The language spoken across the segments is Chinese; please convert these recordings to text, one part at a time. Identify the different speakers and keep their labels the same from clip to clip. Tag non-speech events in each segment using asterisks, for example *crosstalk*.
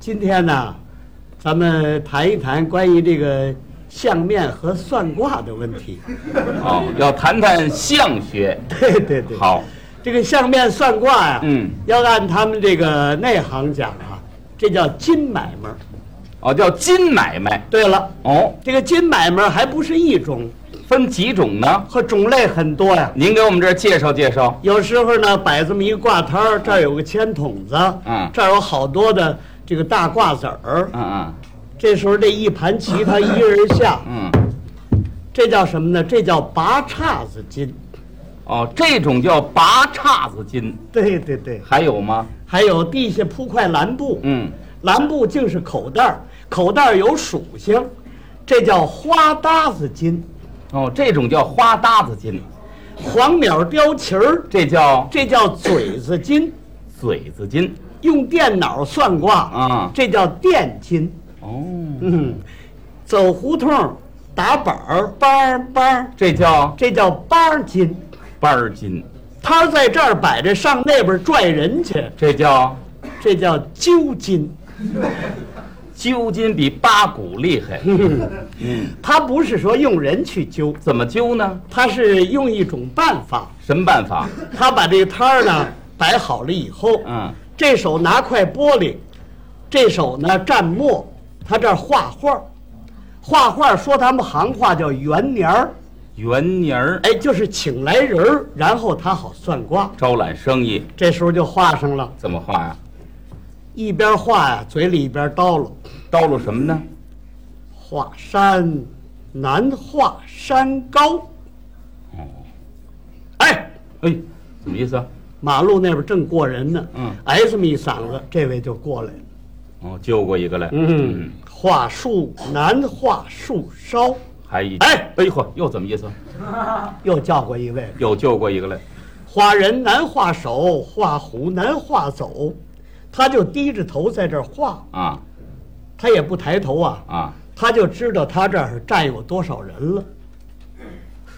Speaker 1: 天呢，咱们谈一谈关于这个相面和算卦的问
Speaker 2: *laughs*
Speaker 1: 题。
Speaker 2: 哦，要谈谈相学。
Speaker 1: 对对对，
Speaker 2: 好，
Speaker 1: 这个相面算卦呀、
Speaker 2: 嗯
Speaker 1: 要按他们这个内行讲啊，这叫金买卖。
Speaker 2: 哦，叫金买卖。
Speaker 1: 对了，
Speaker 2: 哦，
Speaker 1: 这个金买卖还不是一种，
Speaker 2: 分几种呢？
Speaker 1: 和种类很多呀。
Speaker 2: 您给我们这儿介绍介绍。
Speaker 1: 有时候呢，摆这么一挂摊儿，这儿有个铅筒子，
Speaker 2: 嗯
Speaker 1: 这儿有好多的这个大瓜子儿。
Speaker 2: 嗯嗯
Speaker 1: 这时候这一盘棋，它一人下，
Speaker 2: 嗯，
Speaker 1: 这叫什么呢？这叫拔叉子金。
Speaker 2: 哦，这种叫拔叉子金，
Speaker 1: 对对对，
Speaker 2: 还有吗？
Speaker 1: 还有地下铺块蓝布，
Speaker 2: 嗯，
Speaker 1: 蓝布竟是口袋儿，口袋儿有属性，这叫花搭子金。
Speaker 2: 哦，这种叫花搭子金，
Speaker 1: 黄鸟雕旗儿，
Speaker 2: 这叫
Speaker 1: 这叫嘴子金。
Speaker 2: 嘴子金。
Speaker 1: 用电脑算卦
Speaker 2: 啊
Speaker 1: 这叫电金。
Speaker 2: 哦，
Speaker 1: 嗯，走胡同儿打板儿，班儿班儿，
Speaker 2: 这叫
Speaker 1: 这叫班儿金。
Speaker 2: 班儿金，
Speaker 1: 摊儿在这儿摆着，上那边拽人去，
Speaker 2: 这叫
Speaker 1: 这叫揪金。
Speaker 2: 揪金，比八股厉害。 *laughs*
Speaker 1: 他不是说用人去揪，
Speaker 2: 怎么揪呢？
Speaker 1: 他是用一种办法。
Speaker 2: 什么办法？
Speaker 1: 他把这个摊儿
Speaker 2: *laughs*
Speaker 1: 呢摆好了以后，
Speaker 2: 嗯，
Speaker 1: 这手拿块玻璃，这手呢蘸墨，他这儿画画，画画说他们行话叫元年儿，
Speaker 2: 元年儿
Speaker 1: 哎，就是请来人儿，然后他好算卦。
Speaker 2: 招揽生意
Speaker 1: 这时候就画上了，
Speaker 2: 怎么画啊呀、
Speaker 1: 一边画呀，嘴里一边叨唠：
Speaker 2: 叨叨什么呢？
Speaker 1: 画山难画山高。哎，
Speaker 2: 哎，什么意思啊？
Speaker 1: 马路那边正过人呢，
Speaker 2: 嗯
Speaker 1: 哎这么一嗓子，这位就过来了。
Speaker 2: 哦，救过一个来。
Speaker 1: 嗯，，画树难画树梢，
Speaker 2: 还一
Speaker 1: 哎
Speaker 2: 哎嚯，又怎么意思？
Speaker 1: 又叫过一位。
Speaker 2: 又救过一个来。
Speaker 1: 画人难画手，画虎难画走，他就低着头在这儿画，
Speaker 2: 啊
Speaker 1: 他也不抬头啊，
Speaker 2: 啊，
Speaker 1: 他就知道他这儿站有多少人了。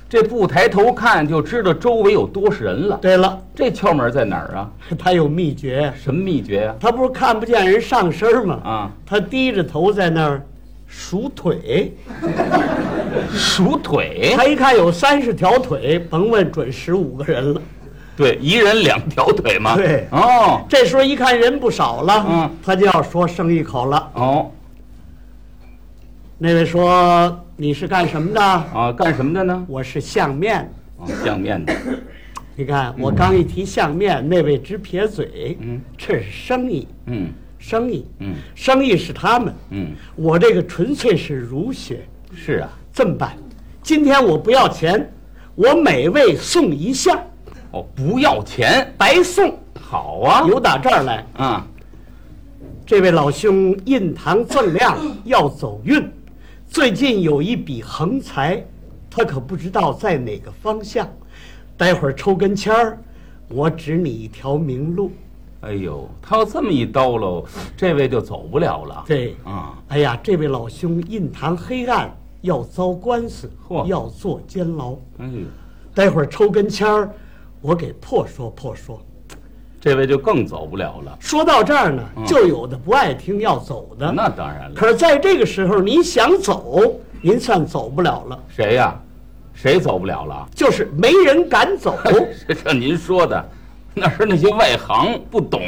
Speaker 2: 这不抬头看就知道周围有多少人了。
Speaker 1: 对了， *laughs*
Speaker 2: 这窍门在哪儿啊？
Speaker 1: 他有秘诀，
Speaker 2: 什么秘诀啊呀、
Speaker 1: 他不是看不见人上身吗？
Speaker 2: 啊
Speaker 1: 他低着头在那儿数腿，
Speaker 2: 数腿
Speaker 1: 他，一看有三十条腿，甭问准十五个人了。
Speaker 2: 对，一人两条腿嘛。
Speaker 1: 对
Speaker 2: 哦
Speaker 1: 这时候一看人不少了，
Speaker 2: 嗯
Speaker 1: 他就要说生一口了。
Speaker 2: 哦
Speaker 1: 那位说你是干什么的？
Speaker 2: 啊，干什么的呢？
Speaker 1: 我是相面。
Speaker 2: 啊，相面的。
Speaker 1: 你看我刚一提相面，那位直撇嘴。
Speaker 2: 嗯，
Speaker 1: 这是生意，
Speaker 2: 嗯
Speaker 1: 生意，
Speaker 2: 嗯
Speaker 1: 生意是他们，
Speaker 2: 嗯，
Speaker 1: 我这个纯粹是儒学。
Speaker 2: 是啊。
Speaker 1: 这么办？今天我不要钱，我每位送一项，
Speaker 2: 哦，不要钱，
Speaker 1: 白送。
Speaker 2: 好啊。
Speaker 1: 由打这儿来，
Speaker 2: 啊，
Speaker 1: 这位老兄印堂锃亮，要走运。最近有一笔横财，他可不知道在哪个方向。待会儿抽根签儿，我指你一条明路。
Speaker 2: 哎呦，他要这么一叨喽，这位就走不了了。
Speaker 1: 对，
Speaker 2: 啊，
Speaker 1: 哎呀，这位老兄印堂黑暗，要遭官司，
Speaker 2: 嚯
Speaker 1: 要坐监牢。
Speaker 2: 哎呦，
Speaker 1: 待会儿抽根签儿，我给破说破说。
Speaker 2: 这位就更走不了了。
Speaker 1: 说到这儿呢，就有的不爱听要走的。
Speaker 2: 嗯那当然了，
Speaker 1: 可是在这个时候，您想走，您算走不了了，
Speaker 2: 谁呀、谁走不了了？
Speaker 1: 就是没人敢走。
Speaker 2: 这 *laughs* 这您说的，那是那些外行不懂。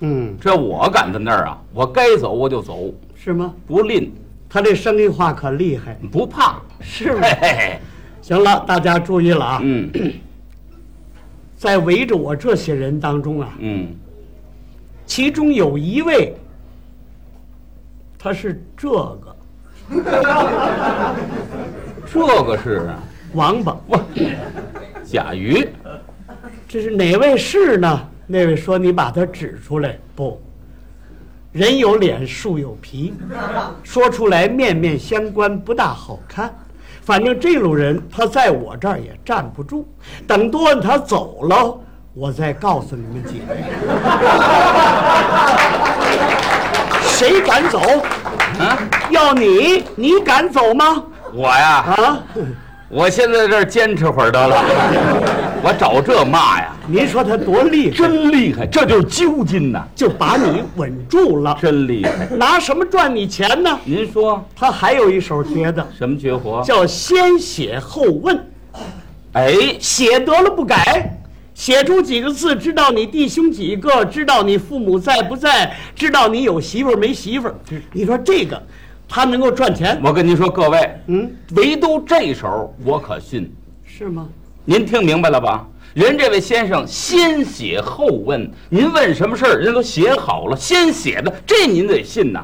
Speaker 1: 嗯，
Speaker 2: 这我赶在那儿啊，我该走我就走，
Speaker 1: 是吗？
Speaker 2: 不吝，
Speaker 1: 他这生意话可厉害，
Speaker 2: 不怕。
Speaker 1: 是吗
Speaker 2: 嘿？嘿嘿，
Speaker 1: 行了，大家注意了啊，
Speaker 2: 嗯
Speaker 1: 在围着我这些人当中啊，
Speaker 2: 嗯，
Speaker 1: 其中有一位，他是这个
Speaker 2: 这个是
Speaker 1: 王八，
Speaker 2: 哇，甲鱼，
Speaker 1: 这是哪位是呢？那位说：“你把他指出来。”不，人有脸，树有皮，说出来面面相关，不大好看。反正这路人他在我这儿也站不住，等多了他走了，我再告诉你们几位，谁敢走？
Speaker 2: 啊，
Speaker 1: 要你，你敢走吗？
Speaker 2: 我呀，
Speaker 1: 啊，
Speaker 2: 我先在这儿坚持会儿得了， *laughs* 我找这骂呀，
Speaker 1: 您说他多厉害，
Speaker 2: 真厉害，这就是揪筋呐，
Speaker 1: 就把你稳住了。
Speaker 2: 真厉害。
Speaker 1: 拿什么赚你钱呢？
Speaker 2: 您说
Speaker 1: 他还有一手绝的，
Speaker 2: 什么绝活？
Speaker 1: 叫先写后问，
Speaker 2: 哎，
Speaker 1: 写得了不改，写出几个字，知道你弟兄几个，知道你父母在不在，知道你有媳妇儿没媳妇儿。你说这个，他能够赚钱？
Speaker 2: 我跟您说，各位，
Speaker 1: 嗯，
Speaker 2: 唯独这手我可信。
Speaker 1: 是吗？
Speaker 2: 您听明白了吧？人这位先生先写后问，您问什么事儿，人都写好了，先写的，这您得信呐。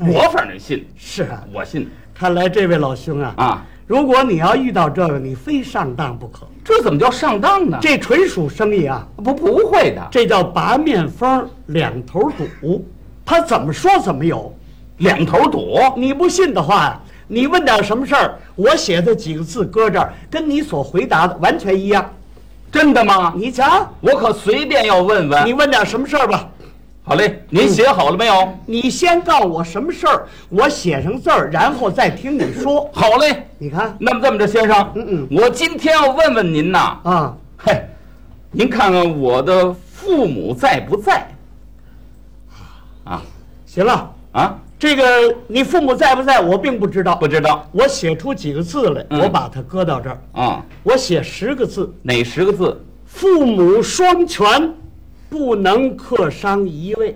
Speaker 2: 我反正信，
Speaker 1: 是啊，
Speaker 2: 我信
Speaker 1: 看来这位老兄啊，
Speaker 2: 啊，
Speaker 1: 如果你要遇到这个，你非上当不可。
Speaker 2: 这怎么叫上当呢？
Speaker 1: 这纯属生意啊，
Speaker 2: 不不会的，
Speaker 1: 这叫拔面方两头堵，他怎么说怎么有。
Speaker 2: 两头堵。
Speaker 1: 你不信的话呀，你问点什么事儿，我写的几个字搁这儿，跟你所回答的完全一样。
Speaker 2: 真的吗？
Speaker 1: 你瞧，
Speaker 2: 我可随便要问
Speaker 1: 你
Speaker 2: 问。
Speaker 1: 问点什么事儿吧，
Speaker 2: 好嘞，您写好了没有？
Speaker 1: 你先告我什么事儿，我写上字儿，然后再听你说。
Speaker 2: 好嘞。
Speaker 1: 你看
Speaker 2: 那么这么着，先生，
Speaker 1: 嗯嗯
Speaker 2: 我今天要问问您呐，
Speaker 1: 啊，
Speaker 2: 嘿，您看看我的父母在不在？啊
Speaker 1: 行了，
Speaker 2: 啊，
Speaker 1: 这个你父母在不在，我并不知道
Speaker 2: 不。知道
Speaker 1: 我写出几个字来，
Speaker 2: 嗯
Speaker 1: 我把它搁到这儿。
Speaker 2: 啊，
Speaker 1: 我写十个字：
Speaker 2: 哪十个字？
Speaker 1: 父母双全，不能克伤一位，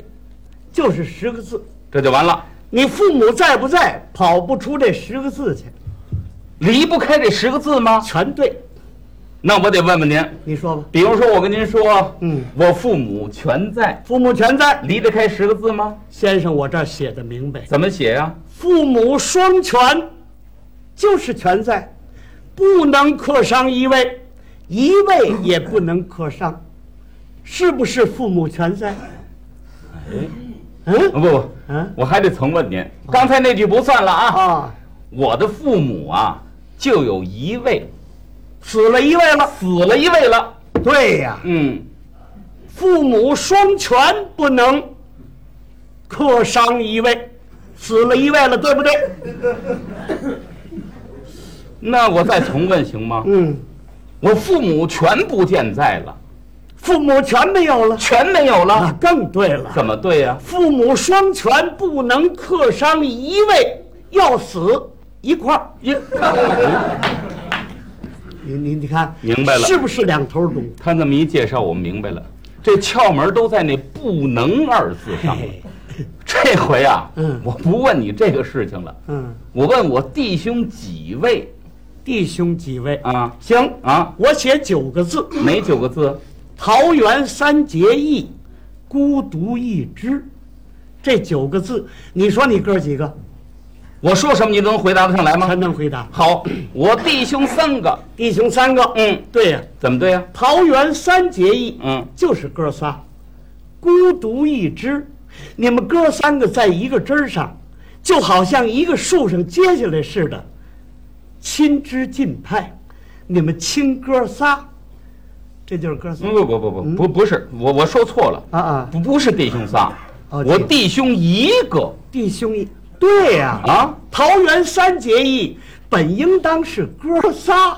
Speaker 1: 就是十个字。
Speaker 2: 这就完了，
Speaker 1: 你父母在不在，跑不出这十个字去，
Speaker 2: 离不开这十个字吗？
Speaker 1: 全对。
Speaker 2: 那我得问问您，
Speaker 1: 你说吧，
Speaker 2: 比如说我跟您说，
Speaker 1: 嗯，
Speaker 2: 我父母全在，
Speaker 1: 父母全在，
Speaker 2: 离得开十个字吗？
Speaker 1: 先生，我这儿写的明白，
Speaker 2: 怎么写呀、
Speaker 1: 父母双全，就是全在，不能克伤一位，一位也不能克伤，是不是父母全在？
Speaker 2: 啊？
Speaker 1: 嗯
Speaker 2: 不不，
Speaker 1: 嗯
Speaker 2: 我还得重问您，刚才那句不算了啊。
Speaker 1: 啊，
Speaker 2: 我的父母啊，就有一位
Speaker 1: 死了一位了。
Speaker 2: 死了一位了。
Speaker 1: 对呀，
Speaker 2: 嗯，
Speaker 1: 父母双全不能克伤一位，死了一位了，对不对？
Speaker 2: 那我再重问行吗？
Speaker 1: 嗯，
Speaker 2: 我父母全不健在了，
Speaker 1: 父母全没有了，
Speaker 2: 全没有
Speaker 1: 那
Speaker 2: 了，
Speaker 1: 啊更对了。
Speaker 2: 怎么对呀、
Speaker 1: 父母双全不能克伤一位，要死一块儿。
Speaker 2: 耶，
Speaker 1: 你你你看，
Speaker 2: 明白了
Speaker 1: 是不是两头堵？
Speaker 2: 他那么一介绍，我明白了，这窍门都在那“不能”二字上了
Speaker 1: 嘿。
Speaker 2: 这回啊，
Speaker 1: 嗯
Speaker 2: 我不问你这个事情了，
Speaker 1: 嗯，
Speaker 2: 我问我弟兄几位
Speaker 1: 弟兄几位？
Speaker 2: 啊？
Speaker 1: 行，
Speaker 2: 啊，
Speaker 1: 我写九个字：
Speaker 2: 哪九个字？
Speaker 1: 桃园三结义，孤独一只。这九个字，你说你哥几个？
Speaker 2: 我说什么你都能回答得上来吗
Speaker 1: 全？能回答。
Speaker 2: 好，我弟兄三个，
Speaker 1: 弟兄三个，
Speaker 2: 嗯，
Speaker 1: 对呀、
Speaker 2: 怎么对呀、
Speaker 1: 桃园三结义，
Speaker 2: 嗯
Speaker 1: 就是哥仨，孤独一只。你们哥三个在一个枝儿上，就好像一个树上结下来似的，亲之近派，你们亲哥仨，这就是哥仨、
Speaker 2: 嗯不不不不不不是，我我说错了，
Speaker 1: 嗯啊啊！
Speaker 2: 不不是弟兄仨，
Speaker 1: 哦
Speaker 2: 我
Speaker 1: 这
Speaker 2: 弟兄一个
Speaker 1: 弟兄一，对呀、
Speaker 2: 啊。
Speaker 1: 桃园三结义本应当是哥仨，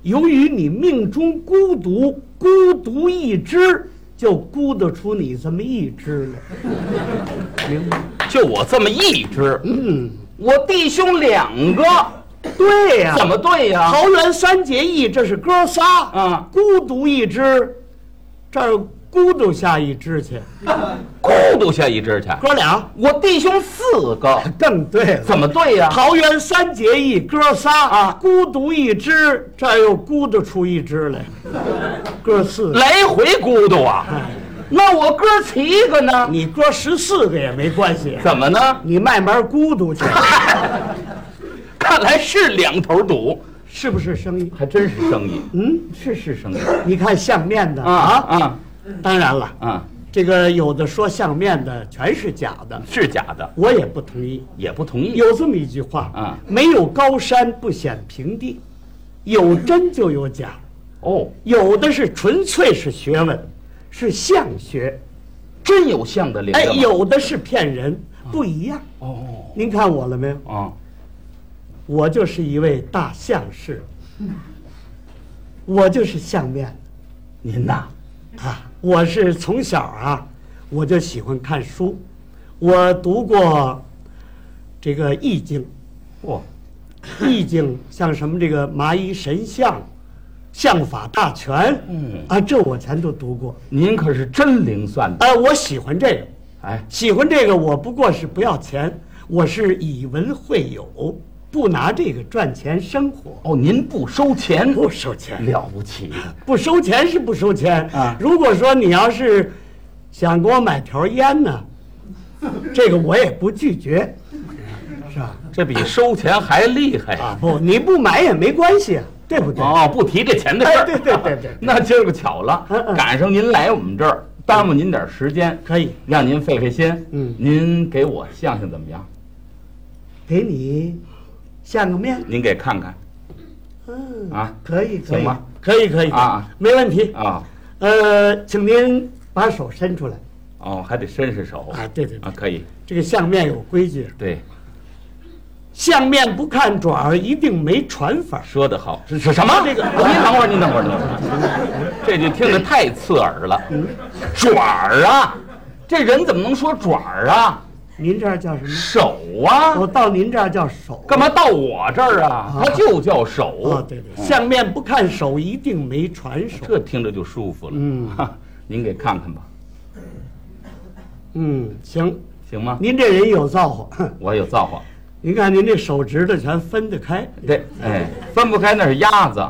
Speaker 1: 由于你命中孤独，孤独一只，就孤得出你这么一只来。明白？
Speaker 2: 就我这么一只，嗯，我弟兄两个，
Speaker 1: 对呀、
Speaker 2: 怎么对呀、
Speaker 1: 桃园三结义这是哥仨，
Speaker 2: 嗯
Speaker 1: 孤独一只，这儿孤独下一只去，
Speaker 2: 孤独下一只去。
Speaker 1: 哥俩
Speaker 2: 我弟兄四 *laughs* 个，
Speaker 1: 更对了。
Speaker 2: 怎么对呀、
Speaker 1: 桃园三结义，哥仨啊，孤独一只，这儿又孤独出一只来，哥四。
Speaker 2: 来回孤独啊。那我哥七个呢？
Speaker 1: 你哥十四个也没关系，
Speaker 2: 怎么呢？
Speaker 1: 你慢慢孤独去， *laughs*
Speaker 2: 看来是两头堵，
Speaker 1: 是不是生意？
Speaker 2: 还真是生意，
Speaker 1: 嗯，
Speaker 2: 是是生意
Speaker 1: 你看相面的
Speaker 2: 啊
Speaker 1: 啊，
Speaker 2: 啊
Speaker 1: 当然了，
Speaker 2: 啊，
Speaker 1: 这个有的说相面的全是假的，
Speaker 2: 是假的，
Speaker 1: 我也不同意。
Speaker 2: 也不同意。
Speaker 1: 有这么一句话
Speaker 2: 啊
Speaker 1: 没有高山不显平地，有真就有假，
Speaker 2: 哦，
Speaker 1: 有的是纯粹是学问，是相学，
Speaker 2: 真有像的灵
Speaker 1: 哎，
Speaker 2: 的吗
Speaker 1: 有啊的是骗人，不一样。
Speaker 2: 哦
Speaker 1: 您看我了没有？
Speaker 2: 哦，
Speaker 1: *laughs* 我就是一位大相士，我就是相面
Speaker 2: 您呐，
Speaker 1: 啊，我是从小啊，我就喜欢看书，我读过这个《易经》，
Speaker 2: 嚯，
Speaker 1: 易经像什么这个麻衣神相、相法大全，
Speaker 2: 嗯
Speaker 1: 啊，这我全都读过。
Speaker 2: 您可是真灵算的。
Speaker 1: 啊，我喜欢这个，
Speaker 2: 哎，
Speaker 1: 喜欢这个，我不过是不要钱，我是以文会友，不拿这个赚钱生活，
Speaker 2: 哦，您不收钱，
Speaker 1: 不收钱，
Speaker 2: 了不起。
Speaker 1: 不收钱是不收钱
Speaker 2: 啊
Speaker 1: 如果说你要是想给我买条烟
Speaker 2: *laughs*
Speaker 1: 呢，这个我也不拒绝，是吧？
Speaker 2: 这比收钱还厉害
Speaker 1: 啊，不，你不买也没关系啊，对不对？
Speaker 2: 哦，不提这钱的事儿、
Speaker 1: 哎对对对对
Speaker 2: 那今儿个巧了
Speaker 1: 嗯，嗯
Speaker 2: 赶上您来我们这儿，耽误您点儿时间，
Speaker 1: 可以
Speaker 2: 让您费费心。
Speaker 1: 嗯
Speaker 2: 您给我相相怎么样？
Speaker 1: 给你相个面，
Speaker 2: 您给看看
Speaker 1: 嗯，
Speaker 2: 啊
Speaker 1: 可以，可以
Speaker 2: 行吗，
Speaker 1: 可以，可以
Speaker 2: 啊，
Speaker 1: 没问题。
Speaker 2: 啊
Speaker 1: 呃，请您把手伸出来。
Speaker 2: 哦，还得伸伸手
Speaker 1: 啊，对对对
Speaker 2: 啊，，可以，
Speaker 1: 这个相面有规矩，
Speaker 2: 对，
Speaker 1: 相面不看爪儿一定没传法儿。
Speaker 2: 说得好，是是什么？
Speaker 1: 这个
Speaker 2: 您等会儿，您等会儿，您等会
Speaker 1: 嗯
Speaker 2: 儿，这就听着太刺耳了。爪儿啊，这人怎么能说爪儿啊？
Speaker 1: 您这儿叫什么？
Speaker 2: 手啊，
Speaker 1: 我到您这儿叫手。
Speaker 2: 干嘛到我这儿啊？他就叫手。
Speaker 1: 哦，对对，相面不看手一定没传手。
Speaker 2: 这听着就舒服了。
Speaker 1: 嗯
Speaker 2: 哈，您给看看吧，
Speaker 1: 嗯，行，
Speaker 2: 行吗？
Speaker 1: 您这人有造化，哼
Speaker 2: 我有造化。
Speaker 1: 您看您这手指头全分得开。
Speaker 2: 对，啊哎，分不开那是鸭子，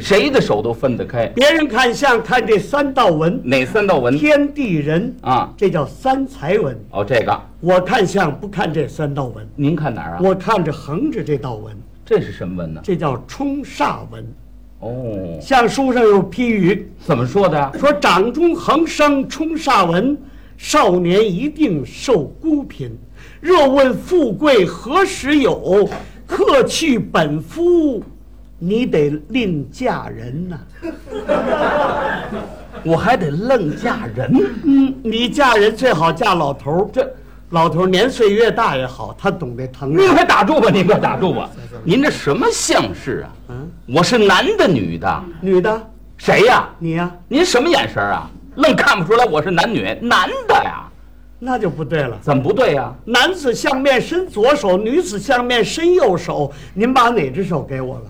Speaker 2: 谁的手都分得开。
Speaker 1: 别人看相看这三道纹，
Speaker 2: 哪三道纹？
Speaker 1: 天地人，
Speaker 2: 啊，
Speaker 1: 这叫三才纹。
Speaker 2: 哦，这个
Speaker 1: 我看相不看这三道纹，
Speaker 2: 您看哪儿啊？
Speaker 1: 我看着横着这道纹，
Speaker 2: 这是什么纹呢？
Speaker 1: 这叫冲煞纹。
Speaker 2: 哦，
Speaker 1: 像书上有批语，
Speaker 2: 怎么说的呀？
Speaker 1: 说掌中横生冲煞文，少年一定受孤贫。若问富贵何时有？客去本夫，你得另嫁人呐、
Speaker 2: 我还得愣嫁人。
Speaker 1: 嗯，你嫁人最好嫁老头儿，
Speaker 2: 这，
Speaker 1: 老头儿年岁越大越好，他懂得疼
Speaker 2: 您
Speaker 1: 爱。
Speaker 2: 快打住吧！您快打住吧！您这什么相式啊？
Speaker 1: 嗯，
Speaker 2: 我是男的女的？
Speaker 1: 女的，
Speaker 2: 谁呀、
Speaker 1: 你呀、
Speaker 2: 您什么眼神啊？愣看不出来我是男女？男的呀？
Speaker 1: 那就不对了。
Speaker 2: 怎么不对呀、
Speaker 1: 男子相面伸左手，女子相面伸右手。您把哪只手给我了？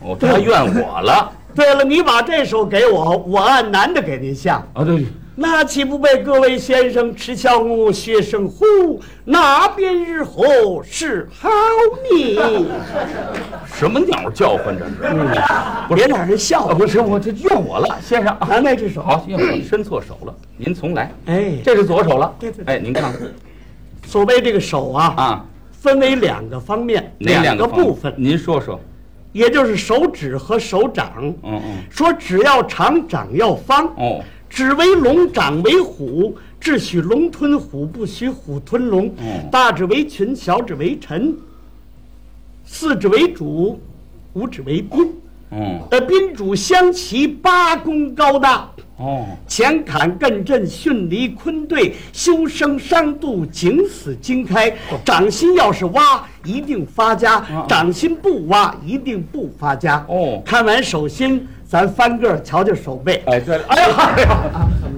Speaker 2: 我，哦，这还怨我了
Speaker 1: 对了，你把这手给我，我按男的给您下，
Speaker 2: 啊！对，
Speaker 1: 那岂不被各位先生耻笑我学生乎？那边日后是好你，
Speaker 2: 什么鸟叫唤这是？ *laughs* 不
Speaker 1: 别
Speaker 2: 是
Speaker 1: 让人笑
Speaker 2: 啊，
Speaker 1: 话。
Speaker 2: 不是我这怨我了，先生啊，
Speaker 1: 拿那只手，
Speaker 2: 好，怨我伸错手了，您重来。
Speaker 1: 哎，
Speaker 2: 这是左手了，
Speaker 1: 对对对
Speaker 2: 哎，您看看
Speaker 1: 所谓这个手啊，
Speaker 2: 啊，
Speaker 1: 分为两个方面，
Speaker 2: 哪两
Speaker 1: 个
Speaker 2: 方面嗯
Speaker 1: 部分，
Speaker 2: 您说说。
Speaker 1: 也就是手指和手掌。
Speaker 2: 嗯嗯，
Speaker 1: 说只要长，掌要方。
Speaker 2: 哦，
Speaker 1: 只为龙，长为虎，只许龙吞虎，不许虎吞龙。
Speaker 2: 嗯
Speaker 1: 大指为群，小指为臣，四指为主，五指为宾。
Speaker 2: 嗯
Speaker 1: 呃，宾主相齐，八公高大，
Speaker 2: 哦，
Speaker 1: 前坎艮震，巽离坤兑，修生伤度，景死金开。掌心要是挖，一定发家；掌心不挖，一定不发家。
Speaker 2: 哦
Speaker 1: 看完手心，咱翻个儿瞧瞧手背。
Speaker 2: 哎对了，哎呀哎呀，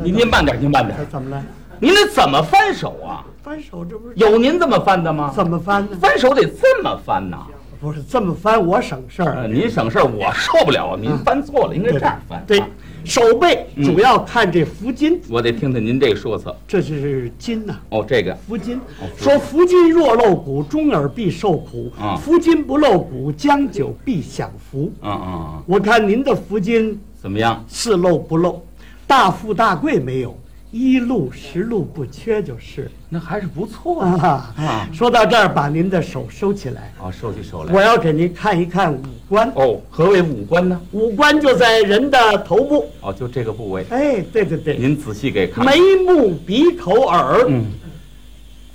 Speaker 2: 您您慢点，您慢点
Speaker 1: 哎，，怎么了？
Speaker 2: 您这怎么翻手啊？
Speaker 1: 翻手这不是
Speaker 2: 有您这么翻的吗？
Speaker 1: 怎么翻呢？
Speaker 2: 翻手得这么翻呐。
Speaker 1: 不是这么翻，哎我省事
Speaker 2: 呃，
Speaker 1: 儿。
Speaker 2: 您省事儿，我受不了啊！您翻错了，应该这样翻。
Speaker 1: 对
Speaker 2: 啊，
Speaker 1: 手背主要看这福金，
Speaker 2: 我得听听您这个说辞。
Speaker 1: 这就是金呐、
Speaker 2: 哦，这个
Speaker 1: 福金
Speaker 2: 哦福金
Speaker 1: 说：“福金若露骨，终耳必受苦；
Speaker 2: 啊
Speaker 1: 福金不露骨，将久必享福。
Speaker 2: 嗯嗯，”
Speaker 1: 我看您的福金
Speaker 2: 怎么样？
Speaker 1: 似露不露，大富大贵没有，一路十路不缺就是。
Speaker 2: 那还是不错啊。
Speaker 1: 啊，
Speaker 2: 啊
Speaker 1: 说到这儿，把您的手收起来，
Speaker 2: 哦，收起手来。
Speaker 1: 我要给您看一看五官。
Speaker 2: 哦，何为五官呢？
Speaker 1: 五官就在人的头部。
Speaker 2: 哦，就这个部位，
Speaker 1: 哎，对对对，
Speaker 2: 您仔细给看。
Speaker 1: 眉目鼻口耳，
Speaker 2: 嗯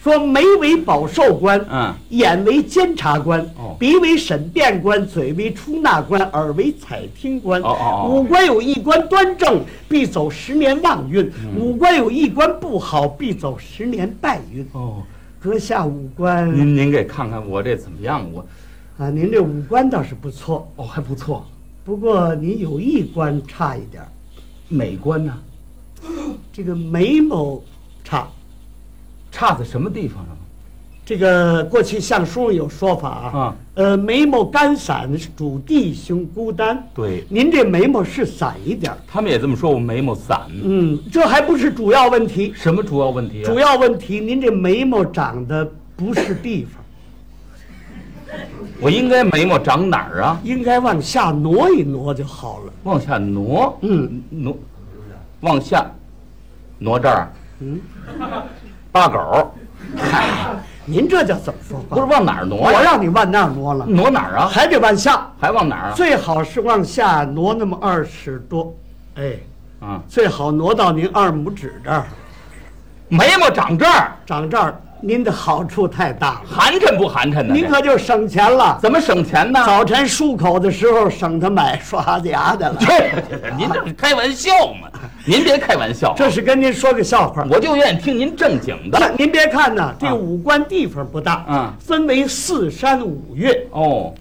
Speaker 1: 说眉为保寿官，
Speaker 2: 嗯，
Speaker 1: 眼为监察官
Speaker 2: 哦，
Speaker 1: 鼻为审辩官，嘴为出纳官，耳为采听官。
Speaker 2: 哦哦哦
Speaker 1: 五官有一官端正，必走十年旺运；
Speaker 2: 嗯
Speaker 1: 五官有一官不好，必走十年败运。
Speaker 2: 哦，
Speaker 1: 阁下五官，
Speaker 2: 嗯您您给看看我这怎么样？我
Speaker 1: 啊，您这五官倒是不错，
Speaker 2: 哦，还不错。
Speaker 1: 不过您有一关差一点儿，
Speaker 2: 美观呢、
Speaker 1: 这个眉毛差。
Speaker 2: 差在什么地方上？
Speaker 1: 这个过去相书有说法
Speaker 2: 啊
Speaker 1: 呃，眉毛干散是主弟兄孤单。
Speaker 2: 对
Speaker 1: 您这眉毛是散一点儿，
Speaker 2: 他们也这么说，我眉毛散。
Speaker 1: 嗯，这还不是主要问题，
Speaker 2: 什么主要问题啊？
Speaker 1: 主要问题您这眉毛长得不是地方，
Speaker 2: 我应该眉毛长哪儿啊？
Speaker 1: 应该往下挪一挪就好了。
Speaker 2: 往下挪，
Speaker 1: 嗯，
Speaker 2: 挪，往下挪这儿，
Speaker 1: 嗯，
Speaker 2: 八狗，
Speaker 1: *laughs* 您这叫怎么说嗯
Speaker 2: 不是
Speaker 1: 话？
Speaker 2: 往哪儿挪
Speaker 1: 我
Speaker 2: 呀？
Speaker 1: 让你往那儿挪了，
Speaker 2: 挪哪儿啊？
Speaker 1: 还得往下，
Speaker 2: 还往哪儿啊？
Speaker 1: 最好是往下挪那么二尺多，哎，
Speaker 2: 啊，
Speaker 1: 最好挪到您二拇指这儿，
Speaker 2: 眉毛长这儿，
Speaker 1: 长这儿，您的好处太大了。
Speaker 2: 寒碜不寒碜呢？
Speaker 1: 您
Speaker 2: 这
Speaker 1: 可就省钱了。
Speaker 2: 怎么省钱呢？
Speaker 1: 早晨漱口的时候省他买刷子牙的了。
Speaker 2: *laughs* 您这是开玩笑吗？
Speaker 1: *laughs*
Speaker 2: 您别开玩笑，啊
Speaker 1: 这是跟您说个笑话。
Speaker 2: 我就愿意听您正经的。
Speaker 1: 您别看呐，这
Speaker 2: 啊
Speaker 1: 五官地方不大，
Speaker 2: 嗯
Speaker 1: 分为四山五岳：
Speaker 2: 哦，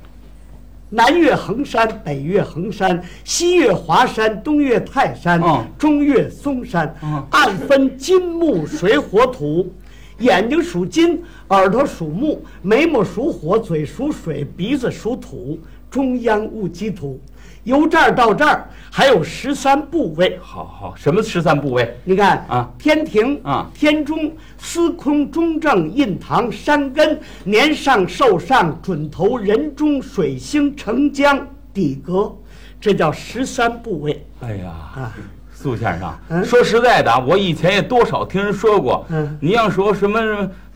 Speaker 1: 南岳衡山、北岳衡山、西岳华山、东岳泰山、
Speaker 2: 嗯
Speaker 1: 中岳嵩山。
Speaker 2: 嗯
Speaker 1: 按分金木水火土，眼睛属金，耳朵属木，眉毛属火，嘴属水，鼻子属土，中央戊己土。由这儿到这儿还有十三部位，
Speaker 2: 好好，什么十三部位？
Speaker 1: 你看
Speaker 2: 啊
Speaker 1: 天庭
Speaker 2: 啊
Speaker 1: 天中、司空、中正、印堂、山根、年上、寿上、准头、人中、水星、澄江、底格，这叫十三部位
Speaker 2: 哎呀，
Speaker 1: 啊。
Speaker 2: 苏先生，
Speaker 1: 嗯
Speaker 2: 说实在的啊，我以前也多少听人说过，
Speaker 1: 嗯
Speaker 2: 您要说什么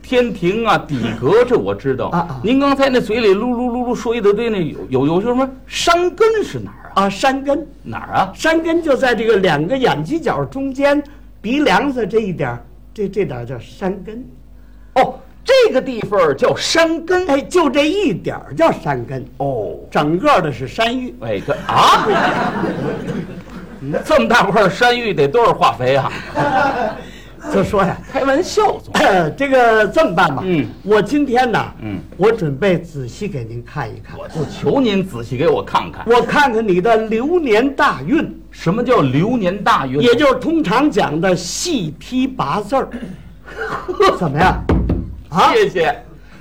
Speaker 2: 天庭啊、底阁，这我知道。
Speaker 1: 啊啊
Speaker 2: 您刚才那嘴里噜噜噜噜说一大堆，那有有有什么山根是哪儿啊？
Speaker 1: 啊，山根，
Speaker 2: 哪儿啊？
Speaker 1: 山根就在这个两个眼犄角中间，鼻梁子这一点儿，这这点儿叫山根。
Speaker 2: 哦，这个地方儿叫山根。
Speaker 1: 哎，就这一点儿叫山根，
Speaker 2: 哦，
Speaker 1: 整个的是山芋。
Speaker 2: 哎，这啊，
Speaker 1: 嗯
Speaker 2: 这么大块儿山芋得多少化肥啊？
Speaker 1: 就说呀，
Speaker 2: 开玩笑，总
Speaker 1: *coughs* 这个这么办吧，
Speaker 2: 嗯
Speaker 1: 我今天呢，
Speaker 2: 嗯，
Speaker 1: 我准备仔细给您看一看，
Speaker 2: 我就求您仔细给我看看，
Speaker 1: 我看看你的流年大运，
Speaker 2: 什么叫流年大运？
Speaker 1: 也就是通常讲的细批八字
Speaker 2: *laughs*
Speaker 1: 儿，怎么样？啊，
Speaker 2: 谢谢。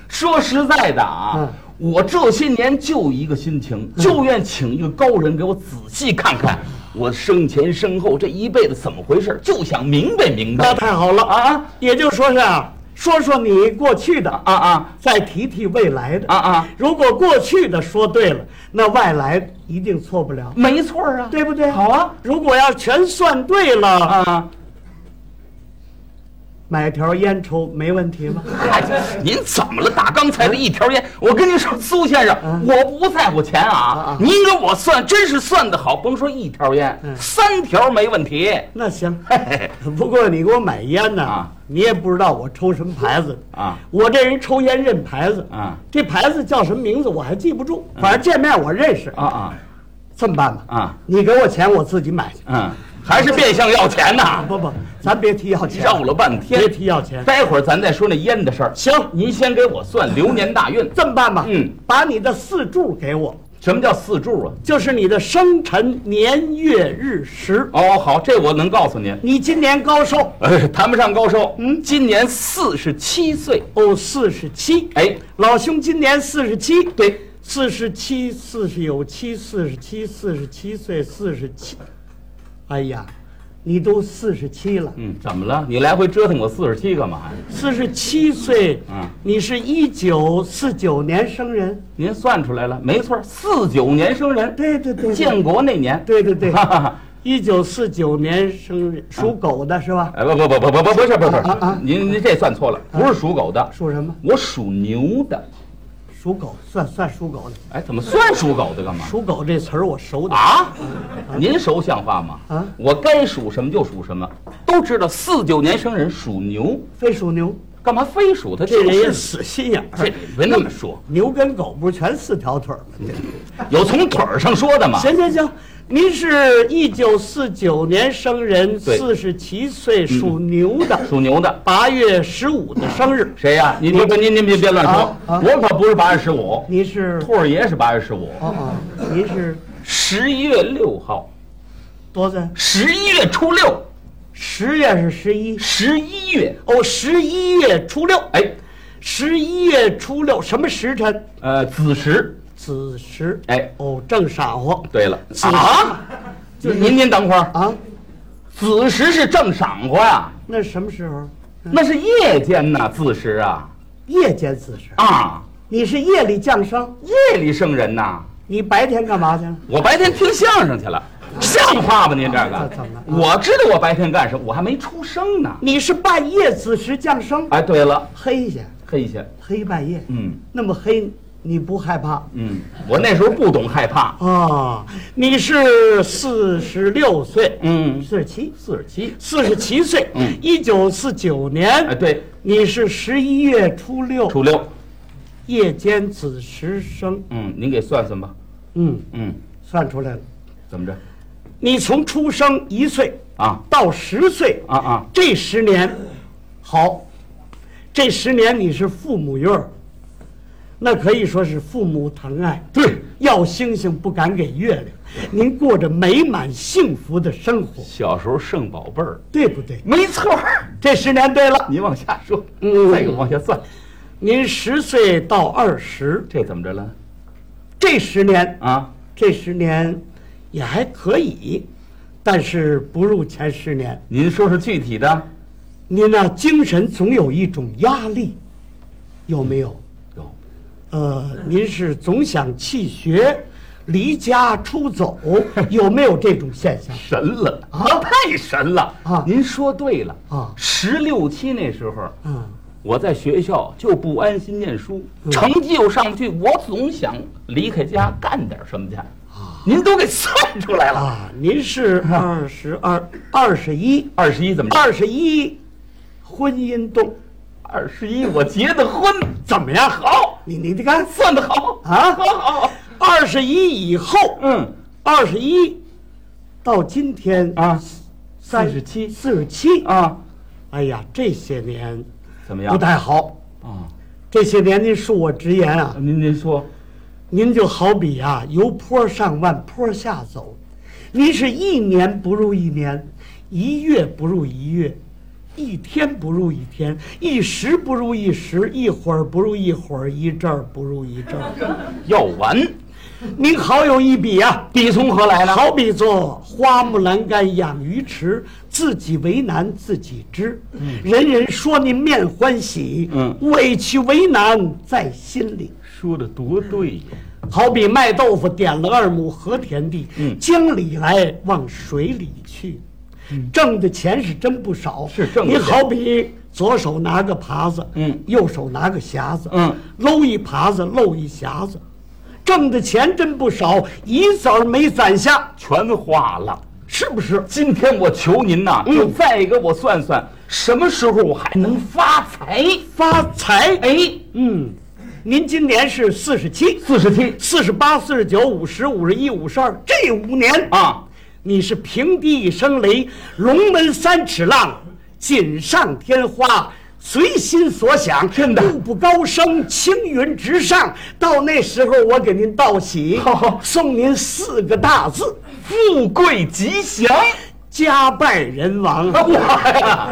Speaker 2: 说实在的啊
Speaker 1: 嗯，
Speaker 2: 我这些年就一个心情，就愿请一个高人给我仔细看看我生前身后这一辈子怎么回事，就想明白明
Speaker 1: 那
Speaker 2: 白。
Speaker 1: 太好了
Speaker 2: 啊啊
Speaker 1: 也就说是啊，说说你过去的
Speaker 2: 啊啊
Speaker 1: 再提提未来的
Speaker 2: 啊啊！
Speaker 1: 如果过去的说对了，那外来一定错不了，
Speaker 2: 没错儿啊，
Speaker 1: 对不对？
Speaker 2: 好啊
Speaker 1: 如果要全算对了，
Speaker 2: 啊！
Speaker 1: 买条烟抽没问题
Speaker 2: *laughs*
Speaker 1: 吗？
Speaker 2: 哎，您怎么了？打刚才的一条烟，我跟您说，苏先生，我不在乎钱嗯啊嗯
Speaker 1: 啊，
Speaker 2: 您给我算，真是算得好，甭说一条烟，三条没问题。
Speaker 1: 那行。
Speaker 2: 嘿嘿嘿
Speaker 1: 不过你给我买烟呢，
Speaker 2: 啊
Speaker 1: 你也不知道我抽什么牌子的
Speaker 2: 啊
Speaker 1: 我这人抽烟认牌子
Speaker 2: 啊
Speaker 1: 这牌子叫什么名字我还记不住，反正见面我认识。
Speaker 2: 啊啊
Speaker 1: 这么办吧，
Speaker 2: 啊，
Speaker 1: 你给我钱，我自己买去。
Speaker 2: 嗯，还是变相要钱呐，
Speaker 1: 不不，咱别提要钱，
Speaker 2: 绕了半天
Speaker 1: 别。提要钱。
Speaker 2: 待会儿咱再说那烟的事儿。
Speaker 1: 行，
Speaker 2: 您先给我算流年大运，
Speaker 1: 这么办吧，
Speaker 2: 嗯，
Speaker 1: 把你的四柱给我，
Speaker 2: 什么叫四柱啊？
Speaker 1: 就是你的生辰年月日时。
Speaker 2: 哦，好，这我能告诉您。
Speaker 1: 你今年高寿？
Speaker 2: 呃，谈不上高寿，嗯，今年四十七岁。
Speaker 1: 哦，四十七。
Speaker 2: 哎，
Speaker 1: 老兄今年四十七。
Speaker 2: 对，
Speaker 1: 四十七、四十有七、四十七、四十七岁、四十七。哎呀，你都四十七了，
Speaker 2: 嗯，怎么了？你来回折腾我四十七干嘛呀？
Speaker 1: 四十七岁，
Speaker 2: 嗯
Speaker 1: 你是一九四九年生人，
Speaker 2: 您算出来了，没错，四九年生人，
Speaker 1: 对对对对
Speaker 2: 建国那年。，
Speaker 1: 对对对一九四九年生人，属狗的是吧？
Speaker 2: 哎，不不不不不不不是不是
Speaker 1: 啊啊，
Speaker 2: 您您这算错了，不是属狗的，
Speaker 1: 属什么？
Speaker 2: 我属牛的。
Speaker 1: 属狗，算算属狗的。
Speaker 2: 哎，怎么算属狗的干嘛？
Speaker 1: 属狗这词儿我熟的，
Speaker 2: 啊，您熟像话吗？
Speaker 1: 啊
Speaker 2: 我该属什么就属什么，都知道四九年生人属牛，
Speaker 1: 非属牛，
Speaker 2: 干嘛非属他？
Speaker 1: 这人也
Speaker 2: 就是
Speaker 1: 死心眼
Speaker 2: 这
Speaker 1: 儿。
Speaker 2: 别那么说，
Speaker 1: 牛跟狗不是全四条腿儿吗？
Speaker 2: 有从腿儿上说的吗？
Speaker 1: 行行行，您是一九四九年生人，
Speaker 2: 对
Speaker 1: 四十七岁，属牛的，
Speaker 2: 属牛的
Speaker 1: 八月十五的生日。
Speaker 2: 谁呀、您您您您别别乱说
Speaker 1: 啊，啊
Speaker 2: 我可不是八月十五，
Speaker 1: 您是
Speaker 2: 兔儿爷是八月十五，
Speaker 1: 哦哦，您是
Speaker 2: 十一月六号，
Speaker 1: 多少？
Speaker 2: 十一月初六，
Speaker 1: 十月是十一，
Speaker 2: 十一月，
Speaker 1: 哦，十一月初六，
Speaker 2: 哎，
Speaker 1: 十一月初六什么时辰？
Speaker 2: 呃，子时。
Speaker 1: 子时。
Speaker 2: 哎
Speaker 1: 哦，正晌午。
Speaker 2: 对了
Speaker 1: 子
Speaker 2: 啊，
Speaker 1: 就是
Speaker 2: 您您等会儿，
Speaker 1: 啊，
Speaker 2: 子时是正晌午呀，
Speaker 1: 那什么时候？
Speaker 2: 那是夜间呐，子时啊
Speaker 1: 夜间子时。
Speaker 2: 啊，
Speaker 1: 你是夜里降生，
Speaker 2: 夜里生人呐。
Speaker 1: 你白天干嘛去了？
Speaker 2: 我白天听相声去了，像话吗？您这个
Speaker 1: 怎怎么了，
Speaker 2: 我知道我白天干什么，我还没出生呢。
Speaker 1: 你是半夜子时降生，
Speaker 2: 哎，对了，
Speaker 1: 黑去，
Speaker 2: 黑去，
Speaker 1: 黑半夜。
Speaker 2: 嗯
Speaker 1: 那么黑，你不害怕？
Speaker 2: 嗯，我那时候不懂害怕，
Speaker 1: 啊，你是四十六岁，
Speaker 2: 嗯，
Speaker 1: 四十七，
Speaker 2: 四十七，
Speaker 1: 四十七岁
Speaker 2: 嗯，
Speaker 1: 一九四九
Speaker 2: 哎，
Speaker 1: 年，
Speaker 2: 对，
Speaker 1: 你是十一月初六
Speaker 2: 初六，
Speaker 1: 夜间子时生，
Speaker 2: 嗯，您给算算吧，
Speaker 1: 嗯，
Speaker 2: 嗯，
Speaker 1: 算出来了。
Speaker 2: 怎么着？
Speaker 1: 你从出生一岁
Speaker 2: 啊
Speaker 1: 到十岁
Speaker 2: 啊啊，
Speaker 1: 这十年，好，这十年你是父母院儿，那可以说是父母疼爱。
Speaker 2: 对，
Speaker 1: 要星星不敢给月亮，您过着美满幸福的生活，
Speaker 2: 小时候剩宝贝儿，
Speaker 1: 对不对？
Speaker 2: 没错儿。
Speaker 1: 这十年对了，
Speaker 2: 您往下说，
Speaker 1: 嗯
Speaker 2: 再给我往下算，
Speaker 1: 您十岁到二十，
Speaker 2: 这怎么着了？
Speaker 1: 这十年，
Speaker 2: 啊，
Speaker 1: 这十年也还可以，但是不如前十年。
Speaker 2: 您说说具体的。
Speaker 1: 您呢、精神总有一种压力，有没有？
Speaker 2: 有，
Speaker 1: 呃，您是总想弃学、离家出 *laughs* 走，有没有这种现象？
Speaker 2: 神了
Speaker 1: 啊
Speaker 2: 太神了
Speaker 1: 啊
Speaker 2: 您说对了
Speaker 1: 啊
Speaker 2: 十六七那时候，
Speaker 1: 嗯，
Speaker 2: 我在学校就不安心念书，成绩又上不去，我总想离开家干点什么去。您都给算出来了，
Speaker 1: 啊，您是二十 *laughs* 二、二十一、
Speaker 2: 二十一怎么着？
Speaker 1: 二十一，婚姻动，
Speaker 2: 二十一我结的婚，
Speaker 1: 怎么样？
Speaker 2: 好，
Speaker 1: 你你你看，
Speaker 2: 算的好
Speaker 1: 啊
Speaker 2: 好好，
Speaker 1: 二十一以后，
Speaker 2: 嗯
Speaker 1: 二十一到今天
Speaker 2: 啊，
Speaker 1: 三
Speaker 2: 47
Speaker 1: 四十七。
Speaker 2: 啊，
Speaker 1: 哎呀，这些年
Speaker 2: 怎么样？
Speaker 1: 不太好。
Speaker 2: 啊，
Speaker 1: 这些年您恕我直言啊，
Speaker 2: 您您说，
Speaker 1: 您就好比啊，由坡上万坡下走，您是一年不如一年，一月不如一月，一天不如一天，一时不如一时，一会儿不如一会儿，一阵儿不如一阵儿。
Speaker 2: 药丸，
Speaker 1: 您好有一比啊！
Speaker 2: 地从何来呢？
Speaker 1: 好比做花木栏杆养鱼池，自己为难自己知。人人说您面欢喜，
Speaker 2: 嗯
Speaker 1: 委屈为难在心里。
Speaker 2: 说的多对呀，
Speaker 1: 好比卖豆腐点了二亩和田地，
Speaker 2: 嗯
Speaker 1: 江里来往水里去，挣的钱是真不少。
Speaker 2: 嗯是挣的
Speaker 1: 你
Speaker 2: 钱
Speaker 1: 好比左手拿个耙子，
Speaker 2: 嗯
Speaker 1: 右手拿个匣子，
Speaker 2: 嗯
Speaker 1: 搂一耙子，漏一匣子，挣的钱真不少，一子儿没攒下，
Speaker 2: 全花了。
Speaker 1: 是不是？
Speaker 2: 今天我求您呐、就再给我算算，什么时候我还能发财？
Speaker 1: 发财。
Speaker 2: 哎，
Speaker 1: 嗯，您今年是四十七、
Speaker 2: 四十七
Speaker 1: 四十八、四十九、五十、五十一、五十二，这五年
Speaker 2: 啊，
Speaker 1: 你是平地一声雷，龙门三尺浪，锦上添花。随心所想，
Speaker 2: 真的
Speaker 1: 步步高升，青云直上。到那时候，我给您道喜，
Speaker 2: 好
Speaker 1: 送您四个大字：
Speaker 2: 富贵吉祥！
Speaker 1: 家败人亡。
Speaker 2: 我呀，